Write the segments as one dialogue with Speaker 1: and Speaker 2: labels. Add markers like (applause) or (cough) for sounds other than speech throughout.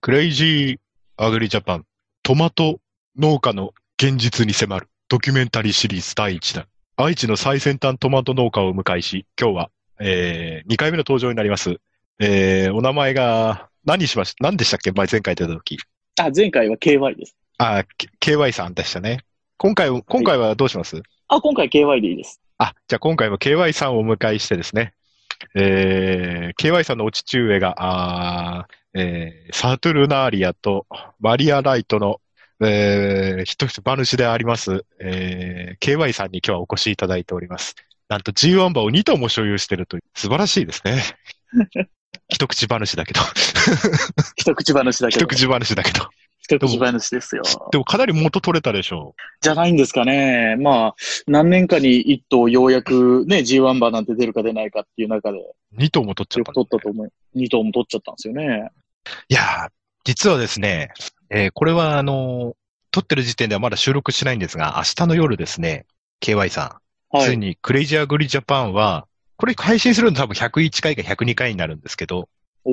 Speaker 1: クレイジーアグリジャパン、トマト農家の現実に迫るドキュメンタリーシリーズ第1弾。愛知の最先端トマト農家をお迎えし、今日は、えー、2回目の登場になります。えー、お名前が、何しました何でしたっけ前前回出た時。
Speaker 2: あ、前回は KY です。
Speaker 1: あ、K、KY さんでしたね。今回、今回はどうします、
Speaker 2: あ、今回 KY でいいです。
Speaker 1: あ、じゃあ今回は KY さんをお迎えしてですね、えー、KY さんのお父上が、あーえーサトゥルナーリアとマリア・ライトの、えー、一つ馬主であります、えー KY さんに今日はお越しいただいております。なんと G1 馬を2頭も所有しているという、素晴らしいですね。一口馬主だけど、 (laughs)
Speaker 2: 一口話だけど。
Speaker 1: 一口馬主だけど。
Speaker 2: 一口話ですよ。
Speaker 1: でもかなり元取れたでしょ
Speaker 2: じゃないんですかね。まあ、何年かに一頭ようやくね、G1 馬なんて出るか出ないかっていう中で、
Speaker 1: う。2頭も取っちゃ
Speaker 2: よ
Speaker 1: った
Speaker 2: く
Speaker 1: んだ
Speaker 2: 取ったと思う。二頭も取っちゃったんですよね。
Speaker 1: いやー、実はですね、えーこれはあのー撮ってる時点ではまだ収録しないんですが、明日の夜ですね、KY さん、
Speaker 2: は
Speaker 1: つい
Speaker 2: い。
Speaker 1: にクレイジーアグリジャパンは、これ配信するの多分101回か102回になるんですけど、
Speaker 2: お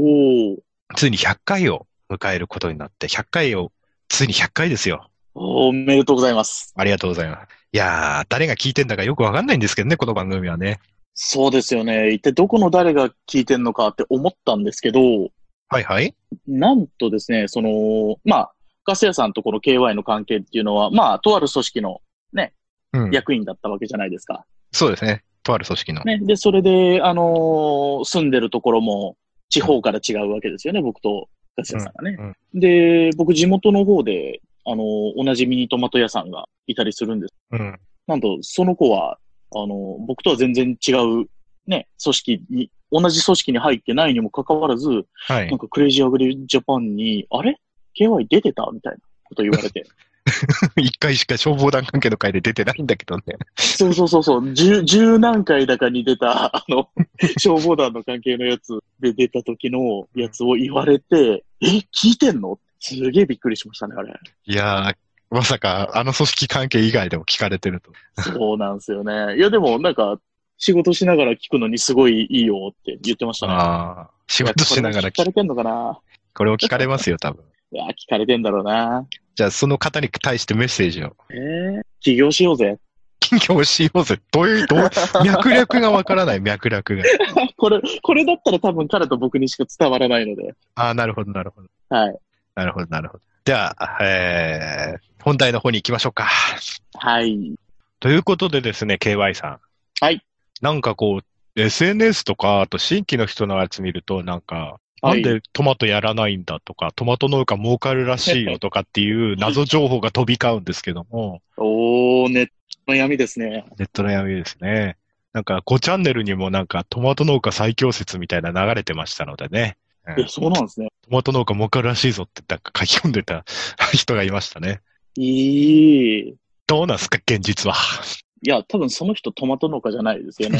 Speaker 2: ー。
Speaker 1: ついに100回を迎えることになって、100回を、ついに100回ですよ。
Speaker 2: おめでとうございます。
Speaker 1: ありがとうございます。いやー、誰が聞いてんだかよくわかんないんですけどね、この番組はね。
Speaker 2: そうですよね。一体どこの誰が聞いてんのかって思ったんですけど、
Speaker 1: はいはい。
Speaker 2: なんとですね、その、まあ、ガス屋さんとこの KY の関係っていうのは、まあ、とある組織の
Speaker 1: うん。
Speaker 2: 役員だったわけじゃないですか。
Speaker 1: そうですね。とある組織の。
Speaker 2: ね、で、それで、あのー住んでるところも地方から違うわけですよね、僕とガス屋さんがね。
Speaker 1: うん
Speaker 2: で、僕地元の方で、あのー同じミニトマト屋さんがいたりするんです。
Speaker 1: うん。
Speaker 2: なんと、その子は、あのー僕とは全然違う、ね、組織に、同じ組織に入ってないにもかかわらず、
Speaker 1: は
Speaker 2: ないん。かクレイジーアグリジャパンに、あれ ?KY 出てたみたいなこと言われて。
Speaker 1: (laughs) 一回しか消防団関係の会で出てないんだけどね。
Speaker 2: そうそうそうそう、十、十何回だかに出た、あの、消防団の関係のやつで出た時のやつを言われて、え、聞いてんのすげえびっくりしましたね、あれ。
Speaker 1: いやー、まさか、あの組織関係以外でも聞かれてると。
Speaker 2: そうなんですよね。いや、でもなんか、仕事しながら聞くのにすごいいいよって言ってましたね。
Speaker 1: ああ。仕事しながら
Speaker 2: 聞か
Speaker 1: 聞
Speaker 2: れてんのかな
Speaker 1: これを聞かれますよ、多分。
Speaker 2: いや、聞かれてんだろうな。
Speaker 1: じゃあ、その方に対してメッセージを。
Speaker 2: えー、起業しようぜ。
Speaker 1: 緊張しようぜ。どういう、
Speaker 2: (laughs)
Speaker 1: どう、脈略がわからない、脈略が。
Speaker 2: これ、これだったら多分彼と僕にしか伝わらないので。
Speaker 1: ああ、なるほど、なるほど。
Speaker 2: はい。
Speaker 1: なるほど、なるほど。じゃあ、えー、本題の方に行きましょうか。
Speaker 2: はい。
Speaker 1: ということでですね、KY さん。
Speaker 2: はい。
Speaker 1: なんかこう、SNS とか、あと新規の人のやつ見ると、なんか、なん
Speaker 2: はい
Speaker 1: でトマトやらないんだとか、トマト農家儲かるらしいよとかっていう謎情報が飛び交うんですけども、
Speaker 2: おー、ネットの闇ですね。
Speaker 1: ネットの闇ですね。なんか5チャンネルにもなんかトマト農家最強説みたいな流れてましたのでね。うん
Speaker 2: いや、そうなんですね。
Speaker 1: トマト農家儲かるらしいぞってなんか書き込んでた (laughs) 人がいましたね。
Speaker 2: いい。い
Speaker 1: どうなんすか、現実は。 (laughs)
Speaker 2: や、多分その人トマト農家じゃないですよね。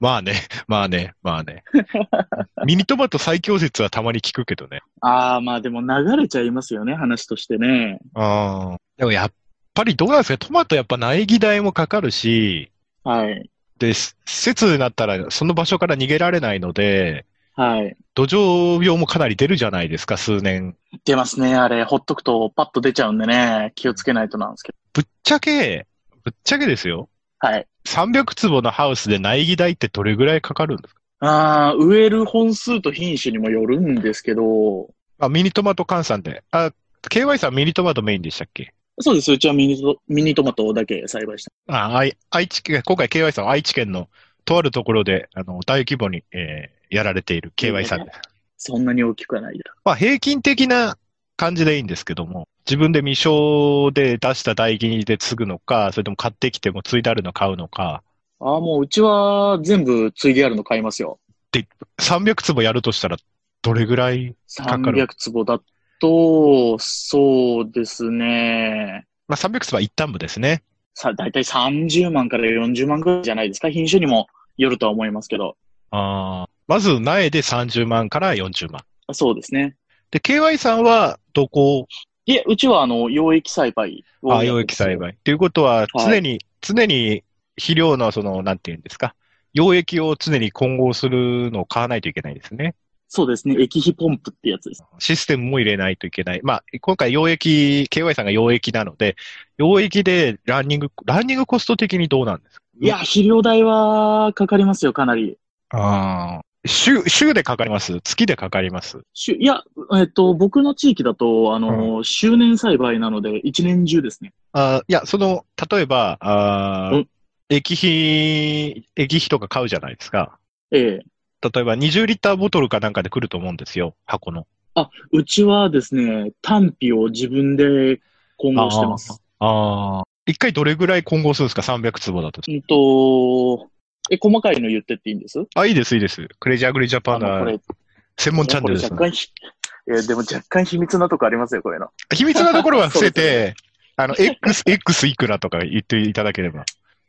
Speaker 1: まあね、まあね、まあね。ミニトマト最強説はたまに聞くけどね。
Speaker 2: ああ、まあでも流れちゃいますよね、話としてね。
Speaker 1: ああ。でもやっぱりどうなんですかトマトやっぱ苗木代もかかるし、
Speaker 2: はい。
Speaker 1: で、施設になったらその場所から逃げられないので、
Speaker 2: はい。
Speaker 1: 土壌病もかなり出るじゃないですか、数年。
Speaker 2: 出ますね、あれ。ほっとくとパッと出ちゃうんでね。気をつけないとなんですけど。
Speaker 1: ぶっちゃけ、ぶっちゃけですよ。
Speaker 2: はい。
Speaker 1: 300坪のハウスで苗木代ってどれぐらいかかるんですか
Speaker 2: ああ、植える本数と品種にもよるんですけど、
Speaker 1: あ、ミニトマト換算で。あ、KY さんミニトマトメインでしたっけ
Speaker 2: そうです。うちはミニトミニトマトだけ栽培した。
Speaker 1: あ、愛愛知県、今回 KY さんは愛知県のとあるところで、あの、大規模に、えーやられている KY さんです。
Speaker 2: そんなに大きくはないよ。
Speaker 1: まあ、平均的な感じでいいんですけども、自分で未償で出した代金で継ぐのか、それとも買ってきても継いであるの買うのか、
Speaker 2: ああ、もううちは全部継いであるの買いますよ。
Speaker 1: 300坪やるとしたら、どれぐらいかかる
Speaker 2: 300坪だと、そうですね。
Speaker 1: まあ、300坪は一旦部ですね。
Speaker 2: さ、だいたい30万から40万ぐらいじゃないですか。品種にもよるとは思いますけど。
Speaker 1: あーまず、苗で30万から40万。
Speaker 2: そうですね。
Speaker 1: で、KY さんは、どこ
Speaker 2: いえ、うちはあの、養液栽培を。
Speaker 1: あ、養液栽。培。ということは、
Speaker 2: い
Speaker 1: 常に、常に肥料の、その、なんていうんですか、養液を常に混合するのを買わないといけないですね。
Speaker 2: そうですね。液肥ポンプってやつです。
Speaker 1: システムも入れないといけない。まあ、今回、溶液、KY さんが溶液なので、溶液でランニング、ランニングコスト的にどうなんですか
Speaker 2: いや、肥料代はかかりますよ、かなり。
Speaker 1: ああ。週、週でかかります月でかかります
Speaker 2: しゅいや、えっと、僕の地域だと、あの、周年栽培なので、一年中ですね。
Speaker 1: あーいや、その、例えば、あー
Speaker 2: うん
Speaker 1: 液費、液費とか買うじゃないですか。
Speaker 2: ええ
Speaker 1: 例えば20リッターボトルかなんかで来ると思うんですよ、箱の。
Speaker 2: うちはですね、単品を自分で混合してます。
Speaker 1: ああ。一回どれぐらい混合するんですか ?300 坪だと。
Speaker 2: うんと、え、細かいの言ってっていいんです
Speaker 1: あ、いいです、いいです。クレイジーアグリジャパン
Speaker 2: あの
Speaker 1: の
Speaker 2: これ、
Speaker 1: 専門チャン
Speaker 2: こ
Speaker 1: ネ
Speaker 2: れ
Speaker 1: ルです、
Speaker 2: 若
Speaker 1: ね。
Speaker 2: 干ひ、いや、でも若干秘密なとこありますよ、これの。
Speaker 1: 秘密なところは伏せ
Speaker 2: そうで
Speaker 1: て、あの、X、X いくらとか言っていただければ。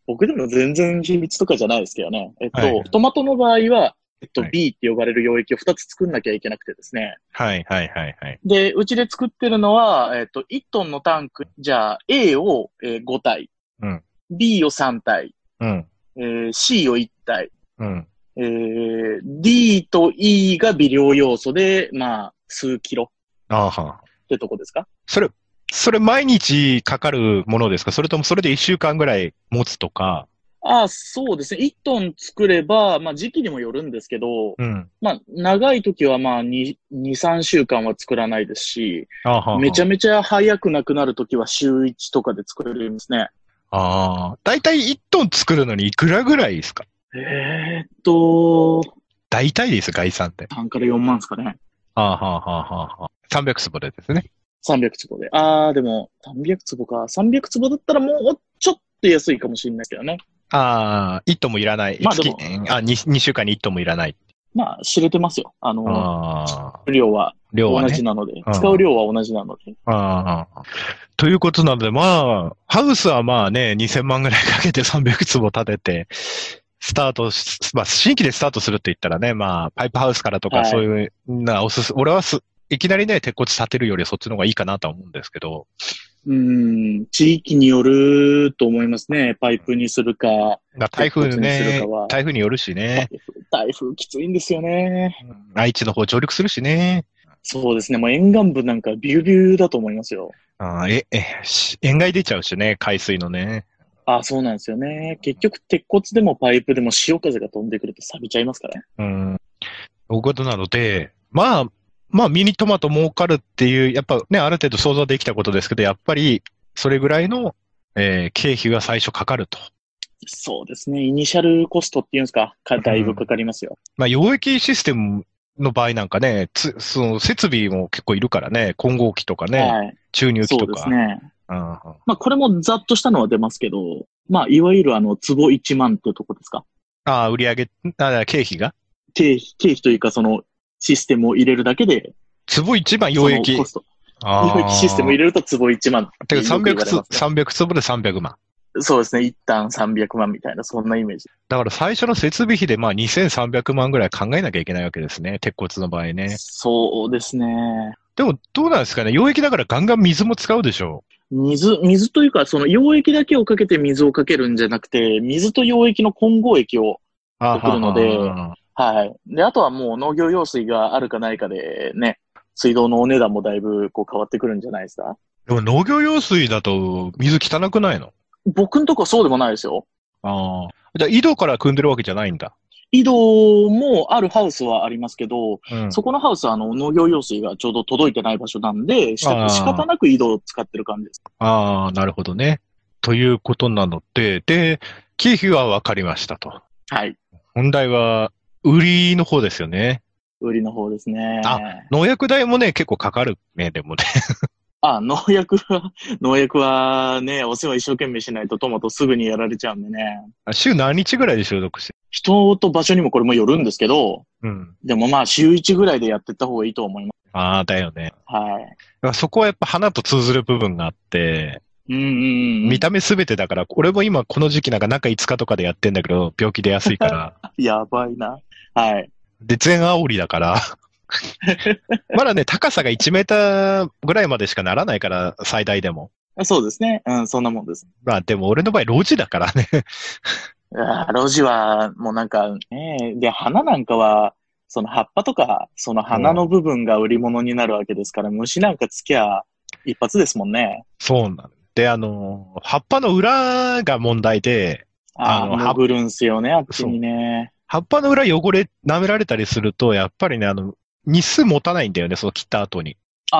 Speaker 2: 僕でも全然秘密とかじゃないですけどね。えっと、
Speaker 1: はい
Speaker 2: トマトの場合は、えっと、
Speaker 1: はい
Speaker 2: B って呼ばれる溶液を2つ作んなきゃいけなくてですね。
Speaker 1: はい、はい、はい、はい。
Speaker 2: で、うちで作ってるのは、えっ、と、1トンのタンク、じゃあ A を、えー5体、
Speaker 1: うん、
Speaker 2: B を3体、
Speaker 1: うん、
Speaker 2: えー C を1体、
Speaker 1: うん。
Speaker 2: えー D と E が微量要素で、まあ、数キロ
Speaker 1: あーは
Speaker 2: ってとこですか
Speaker 1: それ、それ毎日かかるものですかそれともそれで1週間ぐらい持つとか。
Speaker 2: ああ、そうですね。1トン作れば、まあ時期にもよるんですけど、
Speaker 1: うん。
Speaker 2: まあ長い時はまあ2、2 3週間は作らないですし、
Speaker 1: あーはーはー
Speaker 2: めちゃめちゃ早くなくなる時は週1とかで作れるんですね。
Speaker 1: ああ。だいたい1トン作るのにいくらぐらいですか
Speaker 2: えー、っと、
Speaker 1: だいたいです、概算って。
Speaker 2: 3から4万ですかね。
Speaker 1: ああ、はあ、はあ、はあ、はあ。300坪でですね。
Speaker 2: 300坪で。あー、でも、300坪か。300坪だったらもうちょっと安いかもしれないけどね。
Speaker 1: ああ、1トンもいらない。
Speaker 2: まあでも
Speaker 1: 月あ2、二週間に1トンもいらない。
Speaker 2: まあ、知れてますよ。あの、
Speaker 1: ああ、
Speaker 2: 量は
Speaker 1: 量は
Speaker 2: 同
Speaker 1: ね
Speaker 2: じ。なので、
Speaker 1: うん
Speaker 2: 使う量は同じなので。
Speaker 1: ああ。ということなので、まあ、ハウスはまあね、2000万ぐらいかけて300坪建てて、スタートし、まあ、新規でスタートするって言ったらね、まあ、パイプハウスからと
Speaker 2: は
Speaker 1: か、
Speaker 2: い
Speaker 1: そういう、な、おすす、俺はす、いきなりね、鉄骨建てるよりはそっちの方がいいかなとは思うんですけど、
Speaker 2: うん、地域によると思いますね。パイプにするか。
Speaker 1: まあ台風
Speaker 2: 鉄骨にする
Speaker 1: ね
Speaker 2: かは、
Speaker 1: 台風によるしね、
Speaker 2: 台風きついんですよね。
Speaker 1: 愛知の方上陸するしね、
Speaker 2: そうですね。もう沿岸部なんかビュービューだと思いますよ。
Speaker 1: あーえ、え、し塩害出ちゃうしね、海水のね。
Speaker 2: あそうなんですよね。結局、鉄骨でもパイプでも潮風が飛んでくると錆びちゃいますからね。
Speaker 1: うん。ということなので、まあ、まあ、ミニトマト儲かるっていう、やっぱね、ある程度想像できたことですけど、やっぱり、それぐらいの、えー経費が最初かかると。
Speaker 2: そうですね。イニシャルコストっていうんですか。かだいぶかかりますよ。
Speaker 1: まあ、溶液システムの場合なんかね、つその設備も結構いるからね、混合機とかね、
Speaker 2: はい。
Speaker 1: 注入機
Speaker 2: そう
Speaker 1: と
Speaker 2: で
Speaker 1: か。
Speaker 2: すね。
Speaker 1: うんうん
Speaker 2: まあ、これもざっとしたのは出ますけど、まあ、いわゆるあの、壺1万ってとこですか。
Speaker 1: ああ、売り上げ、あ経費が
Speaker 2: 経費、経費というか、その、システムを入れるだけで、
Speaker 1: 壺一番溶
Speaker 2: そ
Speaker 1: 液
Speaker 2: のコ。スト。
Speaker 1: あー
Speaker 2: 溶液システム入れると壺1万って
Speaker 1: て
Speaker 2: よ
Speaker 1: か
Speaker 2: く言われま
Speaker 1: 300
Speaker 2: すね
Speaker 1: つ、300坪で300万。
Speaker 2: そうですね。一旦300万みたいな、そんなイメージ。
Speaker 1: だから最初の設備費でまあ2300万ぐらい考えなきゃいけないわけですね。鉄骨の場合ね。
Speaker 2: そうですね。
Speaker 1: でもどうなんですかね溶液だからガンガン水も使うでしょ
Speaker 2: 水、水というか、その溶液だけをかけて水をかけるんじゃなくて、水と溶液の混合液を、
Speaker 1: う。あ
Speaker 2: 送るのではい。で、あとはもう農業用水があるかないかでね、水道のお値段もだいぶこう変わってくるんじゃないですか
Speaker 1: でも農業用水だと水汚くないの
Speaker 2: 僕んとこそうでもないですよ。
Speaker 1: ああ。じゃあ井戸から汲んでるわけじゃないんだ。
Speaker 2: 井戸もあるハウスはありますけど、
Speaker 1: うん
Speaker 2: そこのハウスはあの農業用水がちょうど届いてない場所なんで、し
Speaker 1: あー
Speaker 2: た仕方なく井戸を使ってる感じです。
Speaker 1: ああ、なるほどね。ということなので、で、経費はわかりましたと。
Speaker 2: はい。
Speaker 1: 問題は、売りの方ですよね。
Speaker 2: 売りの方ですね。
Speaker 1: あ農薬代もね、結構かかるね、でもね。 (laughs)
Speaker 2: あ、 (laughs) 農薬は、農薬はね、お世話一生懸命しないとトマトすぐにやられちゃうんでね。
Speaker 1: 週何日ぐらいで消毒して
Speaker 2: 人と場所にもこれもよるんですけど、
Speaker 1: うん。
Speaker 2: でもまあ週1ぐらいでやってった方がいいと思いま
Speaker 1: ああ、だよね。
Speaker 2: す。はい。
Speaker 1: だからそこはやっぱ花と通ずる部分があって、
Speaker 2: うんうんうん。
Speaker 1: 見た目すべてだから、俺も今この時期なんか中5日とかでやってんだけど、病気出やすい
Speaker 2: (laughs)
Speaker 1: から。
Speaker 2: やばいな。はい。
Speaker 1: で、全煽りだ
Speaker 2: (laughs)
Speaker 1: から。まだね、高さが1メーターぐらいまでしかならないから、最大でも。
Speaker 2: そうですね。うん、そんなもんです。
Speaker 1: まあでも俺の場合、路地だからね。 (laughs)
Speaker 2: あー路地は、もうなんか、ね、で、花なんかは、その葉っぱとか、その花の部分が売り物になるわけですから、虫なんかつきゃ一発ですもんね。
Speaker 1: そうなの。で、あのー、葉っぱの裏が問題で、
Speaker 2: あ
Speaker 1: あの
Speaker 2: あ、
Speaker 1: 葉っ
Speaker 2: 潜るんすよね、あっちにね。
Speaker 1: 葉っぱの裏汚れ、舐められたりすると、やっぱりね、あの、日数持たないんだよね、その切った後に。
Speaker 2: あ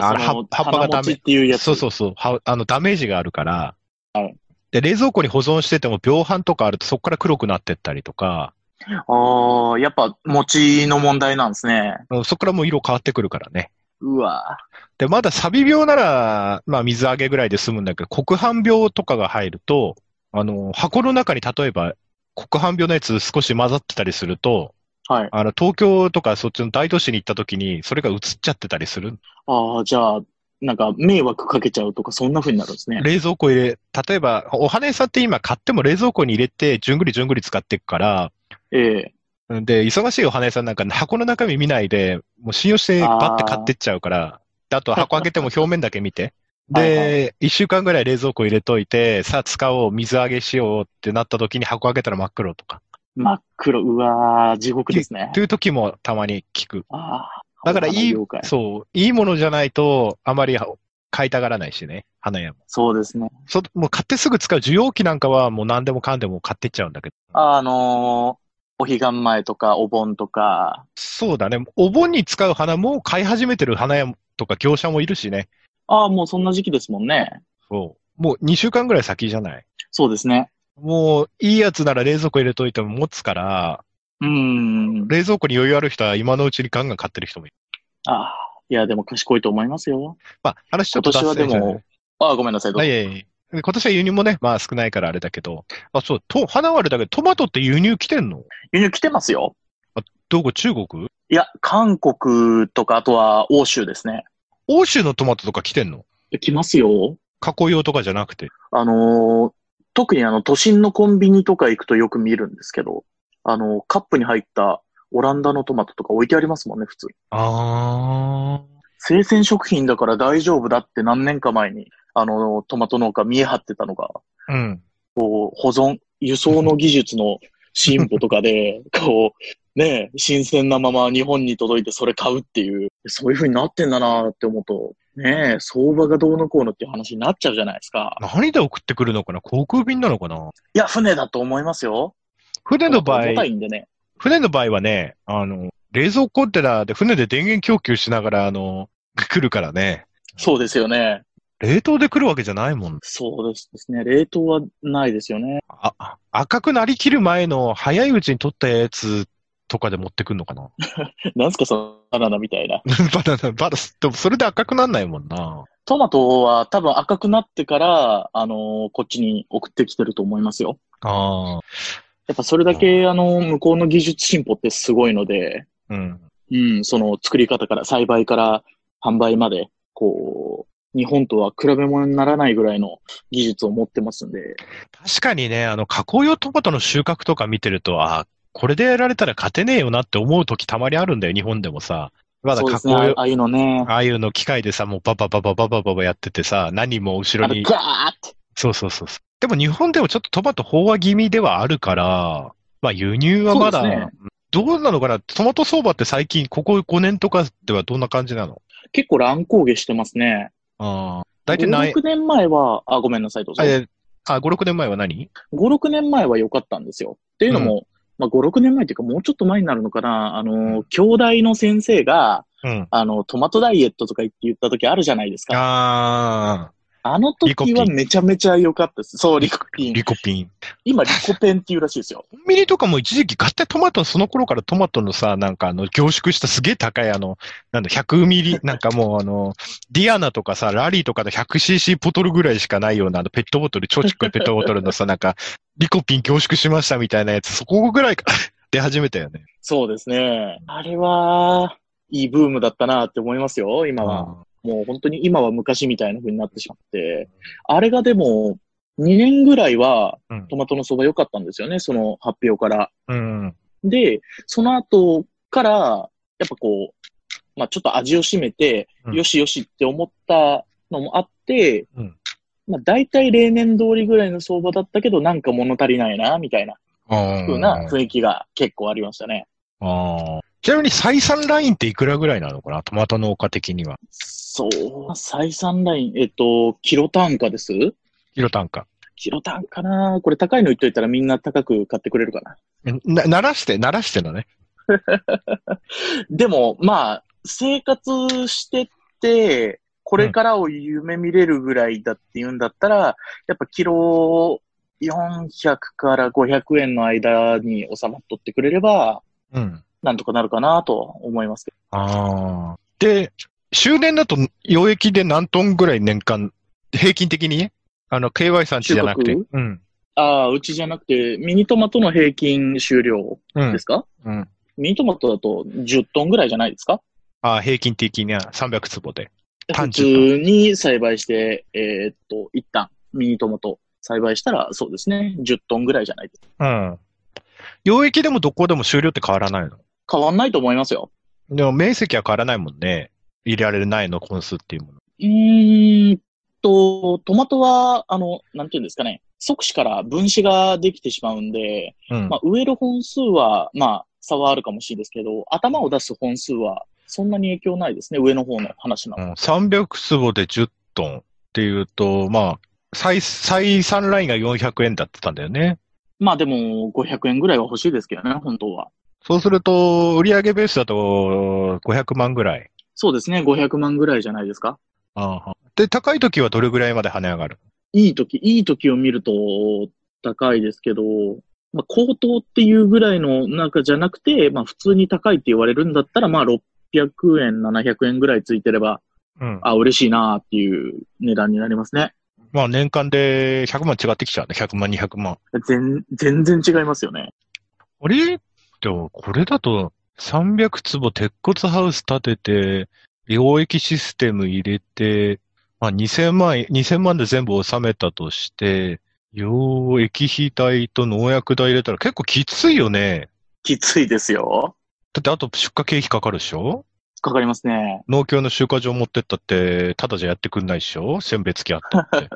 Speaker 1: あ
Speaker 2: あ、
Speaker 1: の
Speaker 2: その、
Speaker 1: 葉葉っぱが
Speaker 2: 花
Speaker 1: ダメ
Speaker 2: 持ちっていうやつ。
Speaker 1: そうそうそう。はあの、ダメージがあるから。
Speaker 2: はい
Speaker 1: で、冷蔵庫に保存してても病斑とかあるとそこから黒くなってったりとか、
Speaker 2: ああ、やっぱ餅の問題なんですね。
Speaker 1: うんそこからもう色変わってくるからね。
Speaker 2: うわ。
Speaker 1: で、まだサビ病なら、まあ水揚げぐらいで済むんだけど、黒斑病とかが入ると、あの、箱の中に例えば黒斑病のやつ少し混ざってたりすると、
Speaker 2: はい。
Speaker 1: あの、東京とかそっちの大都市に行った時に、それが映っちゃってたりする。
Speaker 2: ああ、じゃあ、なんか迷惑かけちゃうとか、そんな風になるんですね。
Speaker 1: 冷蔵庫入れ、例えば、お花屋さんって今買っても冷蔵庫に入れて、じゅんぐりじゅんぐり使っていくから、
Speaker 2: ええ。
Speaker 1: で、忙しいお花屋さんなんか箱の中身見ないで、もう信用してバッて買ってっちゃうから、であと箱開けても表面だけ見
Speaker 2: (laughs)
Speaker 1: て。
Speaker 2: はいは
Speaker 1: で、一週間ぐらい冷蔵庫入れといて、さあ使おう、水揚げしようってなった時に箱開けたら真っ黒とか、
Speaker 2: 真っ黒、うわー、地獄ですね
Speaker 1: と。いう時もたまに聞く。
Speaker 2: ああ。
Speaker 1: だからい
Speaker 2: 花
Speaker 1: い
Speaker 2: 業界、
Speaker 1: そう、いいものじゃないと、あまり買いたがらないしね、花屋も。
Speaker 2: そうですね。
Speaker 1: そもう買ってすぐ使う需要器なんかはもう何でもかんでも買ってっちゃうんだけど。
Speaker 2: あのー、お彼岸前とか、お盆とか、
Speaker 1: そうだね。お盆に使う花も買い始めてる花屋とか業者もいるしね。
Speaker 2: ああ、もうそんな時期ですもんね。
Speaker 1: そう。もう2週間ぐらい先じゃない
Speaker 2: そうですね。
Speaker 1: もう、いいやつなら冷蔵庫入れといても持つから、
Speaker 2: うーん。
Speaker 1: 冷蔵庫に余裕ある人は今のうちにガンガン買ってる人もいる。
Speaker 2: ああ、いや、でも賢いと思いますよ。
Speaker 1: まあ、話ちょ
Speaker 2: 今
Speaker 1: っと
Speaker 2: 年はで
Speaker 1: しちゃう
Speaker 2: も、ああ、ごめんなさい、どう
Speaker 1: い
Speaker 2: ぞ。
Speaker 1: やいやいや今年は輸入もね、まあ少ないからあれだけど。あ、そう、と、花はあれだけど、トマトって輸入来てんの
Speaker 2: 輸入来てますよ。
Speaker 1: どこ中国
Speaker 2: いや、韓国とか、あとは欧州ですね。
Speaker 1: 欧州のトマトとか来てんの
Speaker 2: 来ますよ。
Speaker 1: 加工用とかじゃなくて。
Speaker 2: あのー特にあの、都心のコンビニとか行くとよく見るんですけど、あのーカップに入ったオランダのトマトとか置いてありますもんね、普通。
Speaker 1: あー。
Speaker 2: 生鮮食品だから大丈夫だって何年か前に、あのートマト農家見え張ってたのが、
Speaker 1: うん。
Speaker 2: こう、保存、輸送の技術の進歩とかで、 (laughs) こう、ねえ、新鮮なまま日本に届いてそれ買うっていう、そういう風になってんだなって思うと、ねえ、相場がどうのこうのっていう話になっちゃうじゃないですか。
Speaker 1: 何で送ってくるのかな航空便なのかない
Speaker 2: や、船だと思いますよ。
Speaker 1: 船の場合、
Speaker 2: 重たいんでね。
Speaker 1: 船の場合はね、あの、冷蔵コンテナで船で電源供給しながら、あの、 (laughs) 来るからね、
Speaker 2: そうですよね。
Speaker 1: 冷凍で来るわけじゃないもん。
Speaker 2: そうですね。冷凍はないですよね。
Speaker 1: あ、あ赤くなりきる前の早いうちに取ったやつとかで持ってくんのかな (laughs)
Speaker 2: なんすか、そのバナナみたいな。
Speaker 1: バナナ、バナナ、でもそれで赤くなんないもんな。
Speaker 2: トマトは多分赤くなってから、あのーこっちに送ってきてると思いますよ。
Speaker 1: ああ、
Speaker 2: やっぱそれだけ、あの、向こうの技術進歩ってすごいので、
Speaker 1: うん。
Speaker 2: うん、その作り方から、栽培から販売まで、こう、日本とは比べ物にならないぐらいの技術を持ってますんで、
Speaker 1: 確かにね、あの、加工用トマトの収穫とか見てると、あこれでやられたら勝てねえよなって思う時たまにあるんだよ、日本でもさ。まだ
Speaker 2: そうで
Speaker 1: 加
Speaker 2: す
Speaker 1: 工
Speaker 2: ね、
Speaker 1: 用、
Speaker 2: あああいうのね、
Speaker 1: ああいうの機械でさ、もうババババババババやっててさ、何も後
Speaker 2: あ
Speaker 1: ろ
Speaker 2: の、
Speaker 1: に
Speaker 2: ガーって。
Speaker 1: そうそうそうそう。でも日本でもちょっとトマト飽和気味ではあるから、まあ輸入はまだ、
Speaker 2: そうですね
Speaker 1: どうなのかなトマト相場って最近、ここ5年とかではどんな感じなの
Speaker 2: 結構乱高下してますね。
Speaker 1: ああ。大体何
Speaker 2: 5、6年前は、あ、ごめんなさい、どうぞ
Speaker 1: あ。えあ、5、6年前は何
Speaker 2: 5、6年前は良かったんですよ。っていうのも、まあ、5、6年前っていうか、もうちょっと前になるのかな、あの、兄弟の先生が、
Speaker 1: うん。
Speaker 2: あの、トマトダイエットとか言って言った時あるじゃないですか。
Speaker 1: ああ、
Speaker 2: あの
Speaker 1: リコ
Speaker 2: 時
Speaker 1: ピン
Speaker 2: はめちゃめちゃ良かったです。そう、リコピン。
Speaker 1: リコピン。
Speaker 2: 今、リコペンっていうらしいですよ。
Speaker 1: コンビニとかも一時期買ってトマト、その頃からトマトのさ、なんかあの、凝縮したすげえ高いあの、なんだ、100ミ
Speaker 2: (laughs)
Speaker 1: リ、なんかもうあの、ディアナとかさ、ラリーとかの 100cc ボトルぐらいしかないようなあの、ペットボトル、超ちっこいペットボトルの
Speaker 2: (laughs)
Speaker 1: さ、なんか、リコピン凝縮しましたみたいなやつ、そこぐらいから (laughs) 出始めたよね。
Speaker 2: そうですね。あれは、いいブームだったなって思いますよ、今は。もう本当に今は昔みたいな風になってしまって。あれがでも、2年ぐらいは
Speaker 1: うん
Speaker 2: トマトの相場良かったんですよね、その発表から。
Speaker 1: うん。
Speaker 2: で、その後から、やっぱこう、まあちょっと味を占めて、
Speaker 1: うん
Speaker 2: よしよしって思ったのもあって、
Speaker 1: うん
Speaker 2: まあ大体例年通りぐらいの相場だったけど、なんか物足りないな、みたいな
Speaker 1: ああ。
Speaker 2: 風な雰囲気が結構ありましたね。
Speaker 1: ああ。ちなみに採算ラインっていくらぐらいなのかなトマト農家的には。
Speaker 2: そう、採算ライン、えっと、キロ単価です
Speaker 1: キロ単価。
Speaker 2: キロ単価なこれ高いの言っといたらみんな高く買ってくれるかな。
Speaker 1: えな、鳴らして、鳴らしてのね。
Speaker 2: でも、まあ、生活してって、これからを夢見れるぐらいだって言うんだったら、やっぱキロ400から500円の間に収まっとってくれれば、
Speaker 1: うん。
Speaker 2: なんとかなるかなと思いますけど。
Speaker 1: ああ。で、終年だと、溶液で何トンぐらい年間、平均的にね、あの、KY さんちじゃなくて、
Speaker 2: 収穫
Speaker 1: うん。
Speaker 2: ああ、うちじゃなくて、ミニトマトの平均収量
Speaker 1: う
Speaker 2: で
Speaker 1: ん
Speaker 2: す。か、
Speaker 1: うん。
Speaker 2: ミニトマトだと10トンぐらいじゃないですか
Speaker 1: ああ、平均的には300坪で。単
Speaker 2: 普
Speaker 1: 純に
Speaker 2: 通に栽培して、えーっと、一旦ミニトマト栽培したら、そうですね、10トンぐらいじゃないですか。
Speaker 1: うん。溶液でもどこでも終了って変わらないの
Speaker 2: 変わんないと思いますよ。
Speaker 1: でも面積は変わらないもんね。入れられる苗の本数っていうもの。
Speaker 2: うーんと、トマトは、あの、なんていうんですかね、即死から分子ができてしまうんで、
Speaker 1: うん。
Speaker 2: まあ、植える本数は、まあ、差はあるかもしれないですけど、頭を出す本数は、そんなに影響ないですね、上の方の話な
Speaker 1: う
Speaker 2: の。
Speaker 1: ん、300坪で10トンっていうと、まあ、最、最産ラインが400円だってたんだよね。
Speaker 2: まあでも、500円ぐらいは欲しいですけどね、本当は。
Speaker 1: そうすると、売上ベースだと500万ぐらい。
Speaker 2: そうですね、500万ぐらいじゃないですか。
Speaker 1: で、高い時はどれぐらいまで跳ね上がる
Speaker 2: いい時、いい時を見ると高いですけど、まあ、高騰っていうぐらいの中じゃなくて、まあ、普通に高いって言われるんだったら、まあ、600円、700円ぐらいついてれば、
Speaker 1: うん。
Speaker 2: あ、嬉しいなっていう値段になりますね。
Speaker 1: まあ、年間で100万違ってきちゃうね。100万、200万。
Speaker 2: 全、全然違いますよね。
Speaker 1: あれでも、これだと、300坪鉄骨ハウス建てて、溶液システム入れて、まあ、2000万、2000万で全部収めたとして、溶液肥代と農薬代入れたら結構きついよね。
Speaker 2: きついですよ。
Speaker 1: だってあと出荷経費かかるでしょ
Speaker 2: かかりますね。
Speaker 1: 農協の集荷場持ってったって、ただじゃやってくんないでしょ選別機あった
Speaker 2: (laughs)
Speaker 1: って。で、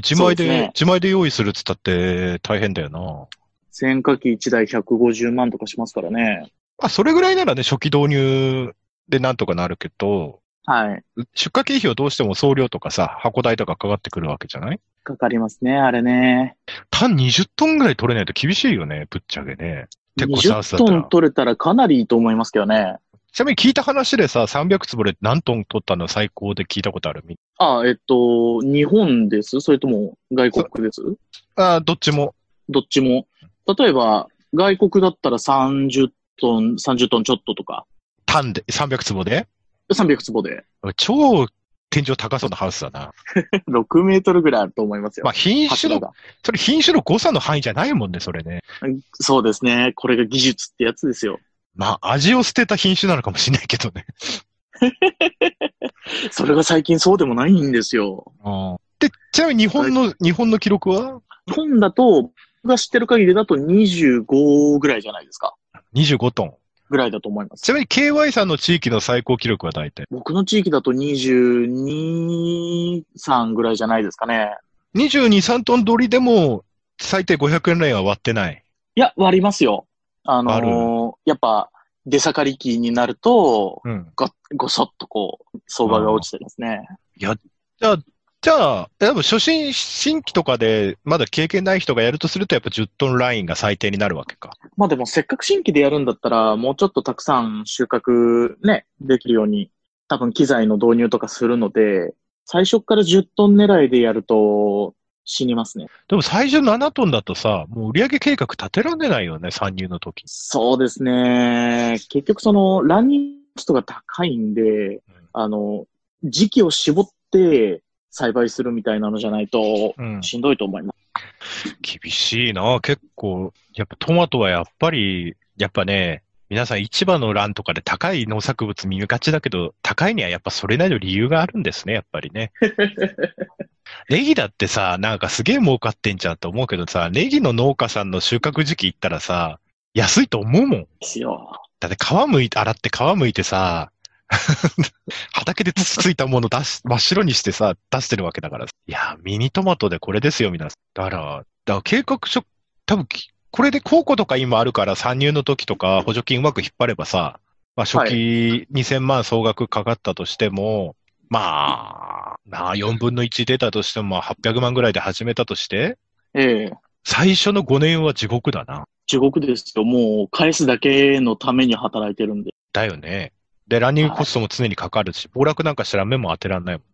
Speaker 1: 自前で
Speaker 2: そうですね
Speaker 1: 自前で用意するっつったって大変だよな。
Speaker 2: 洗濯機1台150万とかしますからね。
Speaker 1: まあ、それぐらいならね、初期導入でなんとかなるけど、
Speaker 2: はい。
Speaker 1: 出荷経費はどうしても送料とかさ、箱代とかかかってくるわけじゃない
Speaker 2: かかりますね、あれね。
Speaker 1: 単20トンぐらい取れないと厳しいよね、ぶっちゃけね。鉄骨ハウス
Speaker 2: 20
Speaker 1: だっ
Speaker 2: ト
Speaker 1: たら。
Speaker 2: ン取れたらかなりいいと思いますけどね。
Speaker 1: ちなみに聞いた話でさ、300坪で何トン取ったの最高で聞いたことあるみ
Speaker 2: あ、えっと、日本ですそれとも外国です
Speaker 1: あーどっちも。
Speaker 2: どっちも。例えば、外国だったら30トン、30トンちょっととか、
Speaker 1: 単で、300坪で
Speaker 2: 300坪 (laughs) で
Speaker 1: 超天井高そうなハウスだな。
Speaker 2: 6メートルぐらいあると思いますよ。
Speaker 1: まあ品種
Speaker 2: 柱
Speaker 1: の、
Speaker 2: が
Speaker 1: それ品種の誤差の範囲じゃないもんね、それね。
Speaker 2: そうですね。これが技術ってやつですよ。
Speaker 1: まあ味を捨てた品種なのかもしれないけどね。
Speaker 2: それが最近そうでもないんですよ。
Speaker 1: で、ちなみに日本の、日本の記録は
Speaker 2: 日本だと、僕が知ってる限りだと25ぐらいじゃないですか。
Speaker 1: 25トン。
Speaker 2: ぐらいだと思いま
Speaker 1: ち
Speaker 2: す。
Speaker 1: なみに KY さんの地域の最高記録は大体。
Speaker 2: 僕の地域だと22、3ぐらいじゃないですかね。
Speaker 1: 22、3トン取りでも、最低500円ラインは割ってない。
Speaker 2: いや、割りますよ。あの
Speaker 1: 割
Speaker 2: ーやっぱ、出盛り期になると、
Speaker 1: うん。
Speaker 2: ご、ごそっとこう、相場が落ちてですね。
Speaker 1: じゃあ、多分初心、新規とかで、まだ経験ない人がやるとすると、やっぱ10トンラインが最低になるわけか。
Speaker 2: まあでも、せっかく新規でやるんだったら、もうちょっとたくさん収穫ね、できるように、多分機材の導入とかするので、最初から10トン狙いでやると、死にますね。
Speaker 1: でも最初7トンだとさ、もう売上計画立てられないよね、参入の時。
Speaker 2: そうですね。結局その、ランニングコストが高いんで、あの、時期を絞って栽培するみたいなのじゃないと、
Speaker 1: うん。
Speaker 2: しんどいと思います。
Speaker 1: 厳しいな結構。やっぱトマトはやっぱり、やっぱね、皆さん市場の欄とかで高い農作物見がちだけど、高いにはやっぱそれなりの理由があるんですね、やっぱりね。ネギだってさ、なんかすげえ儲かってんじゃんと思うけどさ、ネギの農家さんの収穫時期行ったらさ、安いと思うもん。
Speaker 2: ですよ。
Speaker 1: だって皮むいて、洗って皮むいてさ、 (laughs) 畑でつついたもの出し、真っ白にしてさ、出してるわけだから。いやー、ミニトマトでこれですよ、皆さん。だから、だから計画書、多分きこれで高庫とか今あるから参入の時とか補助金うまく引っ張ればさ、まあ、初期2000万総額かかったとしても、まあ、なあ、4分の1出たとしても、まあ800万ぐらいで始めたとして、
Speaker 2: ええ。
Speaker 1: 最初の5年は地獄だな。
Speaker 2: 地獄ですよ。もう、返すだけのために働いてるんで。
Speaker 1: だよね。で、ランニングコストも常にかかるし、暴落なんかしたら目も当てらんないも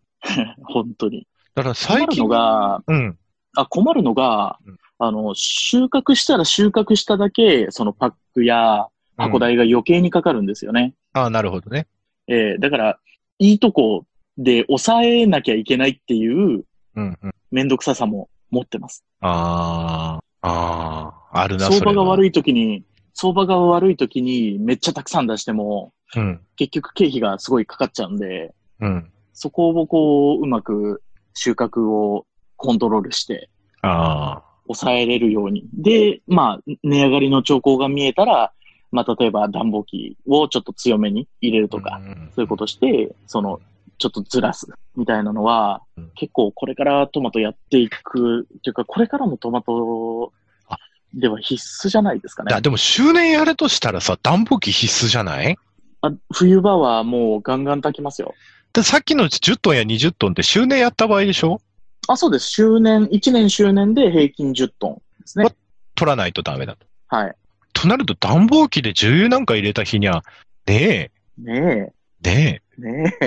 Speaker 1: ん。
Speaker 2: 本当に。
Speaker 1: だから
Speaker 2: 困
Speaker 1: 最
Speaker 2: る
Speaker 1: 近
Speaker 2: の、が、
Speaker 1: うん、
Speaker 2: あ、困るのが
Speaker 1: うん、
Speaker 2: あの、収穫したら収穫しただけ、そのパックや箱代が余計にかかるんですよね。
Speaker 1: ああ、なるほどね。
Speaker 2: ええだから、いいとこで抑えなきゃいけないっていう
Speaker 1: うん、うん。
Speaker 2: めんどくささも持ってます。
Speaker 1: ああ、ああ、あるな、
Speaker 2: 相場が悪
Speaker 1: い。
Speaker 2: い時に、相場が悪い時にめっちゃたくさん出しても、
Speaker 1: うん、
Speaker 2: 結局経費がすごいかかっちゃうんで、
Speaker 1: うん。
Speaker 2: そこをこう、うまく収穫をコントロールして、
Speaker 1: あ
Speaker 2: 抑えれるように。で、まあ、値上がりの兆候が見えたら、まあ、例えば暖房機をちょっと強めに入れる
Speaker 1: あ。
Speaker 2: とか、
Speaker 1: ん
Speaker 2: そういうことして、その、ちょっとずらすみたいなのは
Speaker 1: うん、
Speaker 2: 結構これからトマトやっていく、というか、これからのトマト
Speaker 1: あ
Speaker 2: では必須じゃないですか
Speaker 1: いや、
Speaker 2: ね。
Speaker 1: でも、周年やるとしたらさ、暖房機必須じゃない
Speaker 2: あ冬場はもうガンガン炊きますよ。
Speaker 1: でさっきの10トンや20トンって周年やった場合でしょ
Speaker 2: あ、そうです。周年、1年周年で平均10トンですね
Speaker 1: わ。取らないとダメだと。
Speaker 2: はい。
Speaker 1: となると、暖房機で重油なんか入れた日には、ね
Speaker 2: ね
Speaker 1: え、ね
Speaker 2: え、ね
Speaker 1: え、
Speaker 2: え。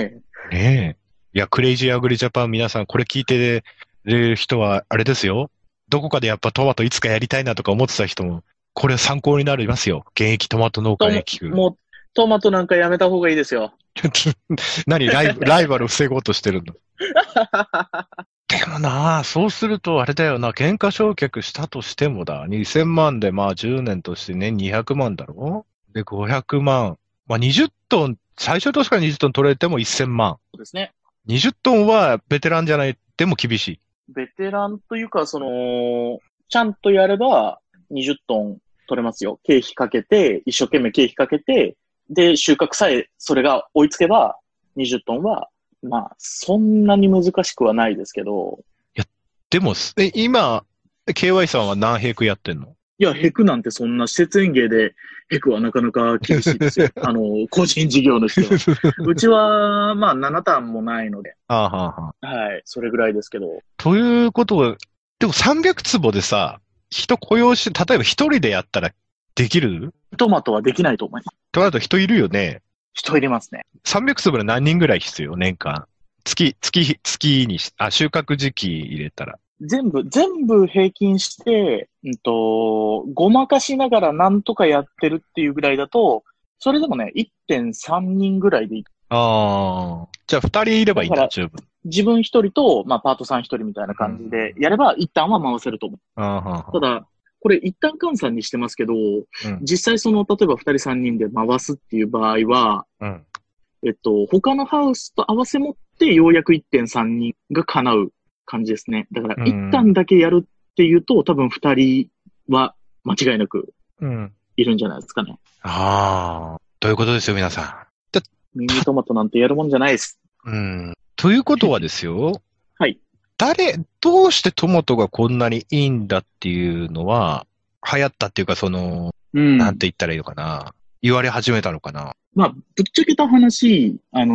Speaker 1: ねえ。いや、クレイジーアグリジャパン皆さん、これ聞いてる人は、あれですよ。どこかでやっぱトマトいつかやりたいなとか思ってた人も、これ参考になりますよ。現役トマト農家に聞く。
Speaker 2: もう、トマトなんかやめた方がいいです (laughs) よ。
Speaker 1: (laughs) 何ライブライバルを防ごうとしてるんだ。でもなあ、そうするとあれだよな、減価償却したとしてもだ、2000万でまあ10年として年200万だろで、500万。まあ20トン、最初としから20トン取れても1000万。
Speaker 2: そうですね。
Speaker 1: 20トンはベテランじゃないでも厳しい。
Speaker 2: ベテランというか、その、ちゃんとやれば20トン取れますよ。経費かけて、一生懸命経費かけて、で、収穫さえそれが追いつけば20トンは、まあ、そんなに難しくはないですけど、
Speaker 1: でも、え、今、KY さんは何ヘイクやってん (laughs) の
Speaker 2: いや、ヘクなんてそんな施設園芸で、ヘクはなかなか厳しい (laughs) ですよ。あの、個人事業の人 (laughs) は。うちは、まあ、7単もないので、
Speaker 1: ああはあはあ。
Speaker 2: はい、それぐらいですけど、
Speaker 1: ということは、でも300坪でさ、人雇用し、例えば一人でやったらできる
Speaker 2: トマトはできないと思います。
Speaker 1: となると人いるよね。
Speaker 2: 人入れますね。
Speaker 1: 300粒で何人ぐらい必要年間。月、月、月にし、あ、収穫時期入れたら。
Speaker 2: 全部、全部平均して、うんと、ごまかしながらなんとかやってるっていうぐらいだと、それでもね、1.3人ぐらいでいい、
Speaker 1: ああ。じゃあ、2人いればいいんだ、
Speaker 2: だ
Speaker 1: 十分。
Speaker 2: 自分一人と、まあ、パートさん一人みたいな感じで、やれば一旦は回せると思
Speaker 1: ああは
Speaker 2: う。ただ、これ一旦換算にしてますけど、実際その、例えば二人三人で回すっていう場合は、
Speaker 1: あうん。
Speaker 2: えっと、他のハウスと合わせ持って、ようやく1.3人が叶う感じですね。だから、
Speaker 1: うん
Speaker 2: 一旦だけやるっていうと、多分二人は間違いなく
Speaker 1: うん。
Speaker 2: いるんじゃないですかね。
Speaker 1: ああ。ということですよ、皆さ
Speaker 2: ミニトマトなんてやるもんじゃないです。
Speaker 1: ん。うん。ということはですよ。
Speaker 2: はい。
Speaker 1: 誰、どうしてトマトがこんなにいいんだっていうのは、流行ったっていうか、その、
Speaker 2: うん
Speaker 1: なんて言ったらいいのかな。言われ始めたのかな。
Speaker 2: まあ、ぶっちゃけた話、あの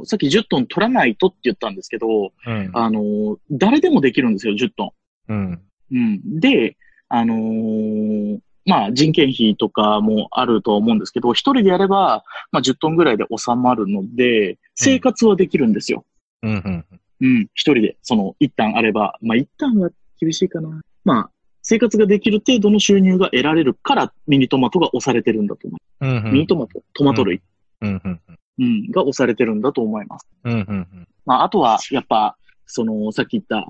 Speaker 2: ーさっき10トン取らないとって言ったんですけど、
Speaker 1: うん
Speaker 2: あのー誰でもできるんですよ、10ト
Speaker 1: う
Speaker 2: ン。
Speaker 1: ん。
Speaker 2: うん。で、あのーまあ、人件費とかもあると思うんですけど、一人でやれば、まあ、10トンぐらいで収まるので、生活はできるんですよ。
Speaker 1: うん。うん。
Speaker 2: うん、一人で、その、一旦あれば、まあ、一旦は厳しいかな。まあ、生活ができる程度の収入が得られるから、ミニトマトが押されてるんだと思う。
Speaker 1: うん。うん
Speaker 2: ミニトマト、トマト類、
Speaker 1: うん。うん。
Speaker 2: うん、が押されてるんだと思います。
Speaker 1: うん。うん。
Speaker 2: まあ、あとは、やっぱ、その、さっき言った、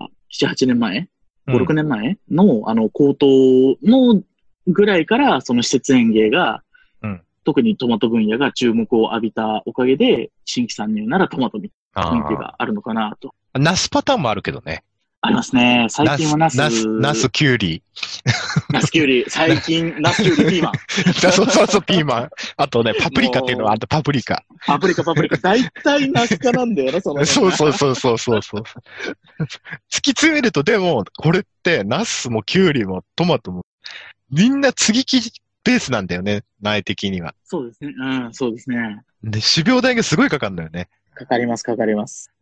Speaker 2: 7、8年前
Speaker 1: うん
Speaker 2: ?5、6年前の、あの、高等のぐらいから、その施設園芸が、
Speaker 1: うん
Speaker 2: 特にトマト分野が注目を浴びたおかげで、新規参入ならトマトみたいな
Speaker 1: あ
Speaker 2: コミュニティ
Speaker 1: あ。
Speaker 2: があるのかなと。
Speaker 1: ナスパターンもあるけどね。
Speaker 2: ありますね。最近はナス。
Speaker 1: ナス、ナス、キュウリ。 (laughs)
Speaker 2: ナスキュウリ、最近、ナスキュウリピーマン。
Speaker 1: そうそうそう、ピーマン。あとね、パプリカっていうのは、あとパプリカ。
Speaker 2: パプリカ、パプリカ。大体ナスカなんだよな、そ
Speaker 1: (laughs)
Speaker 2: の。
Speaker 1: そうそうそうそうそうそう。突き詰めると、でも、これって、ナスもキュウリもトマトも、みんな接ぎ木ベースなんだよね、苗的には。
Speaker 2: そうですね。うん、そうですね。
Speaker 1: で、種苗代がすごいかかるんだよね。
Speaker 2: かかります、かかります。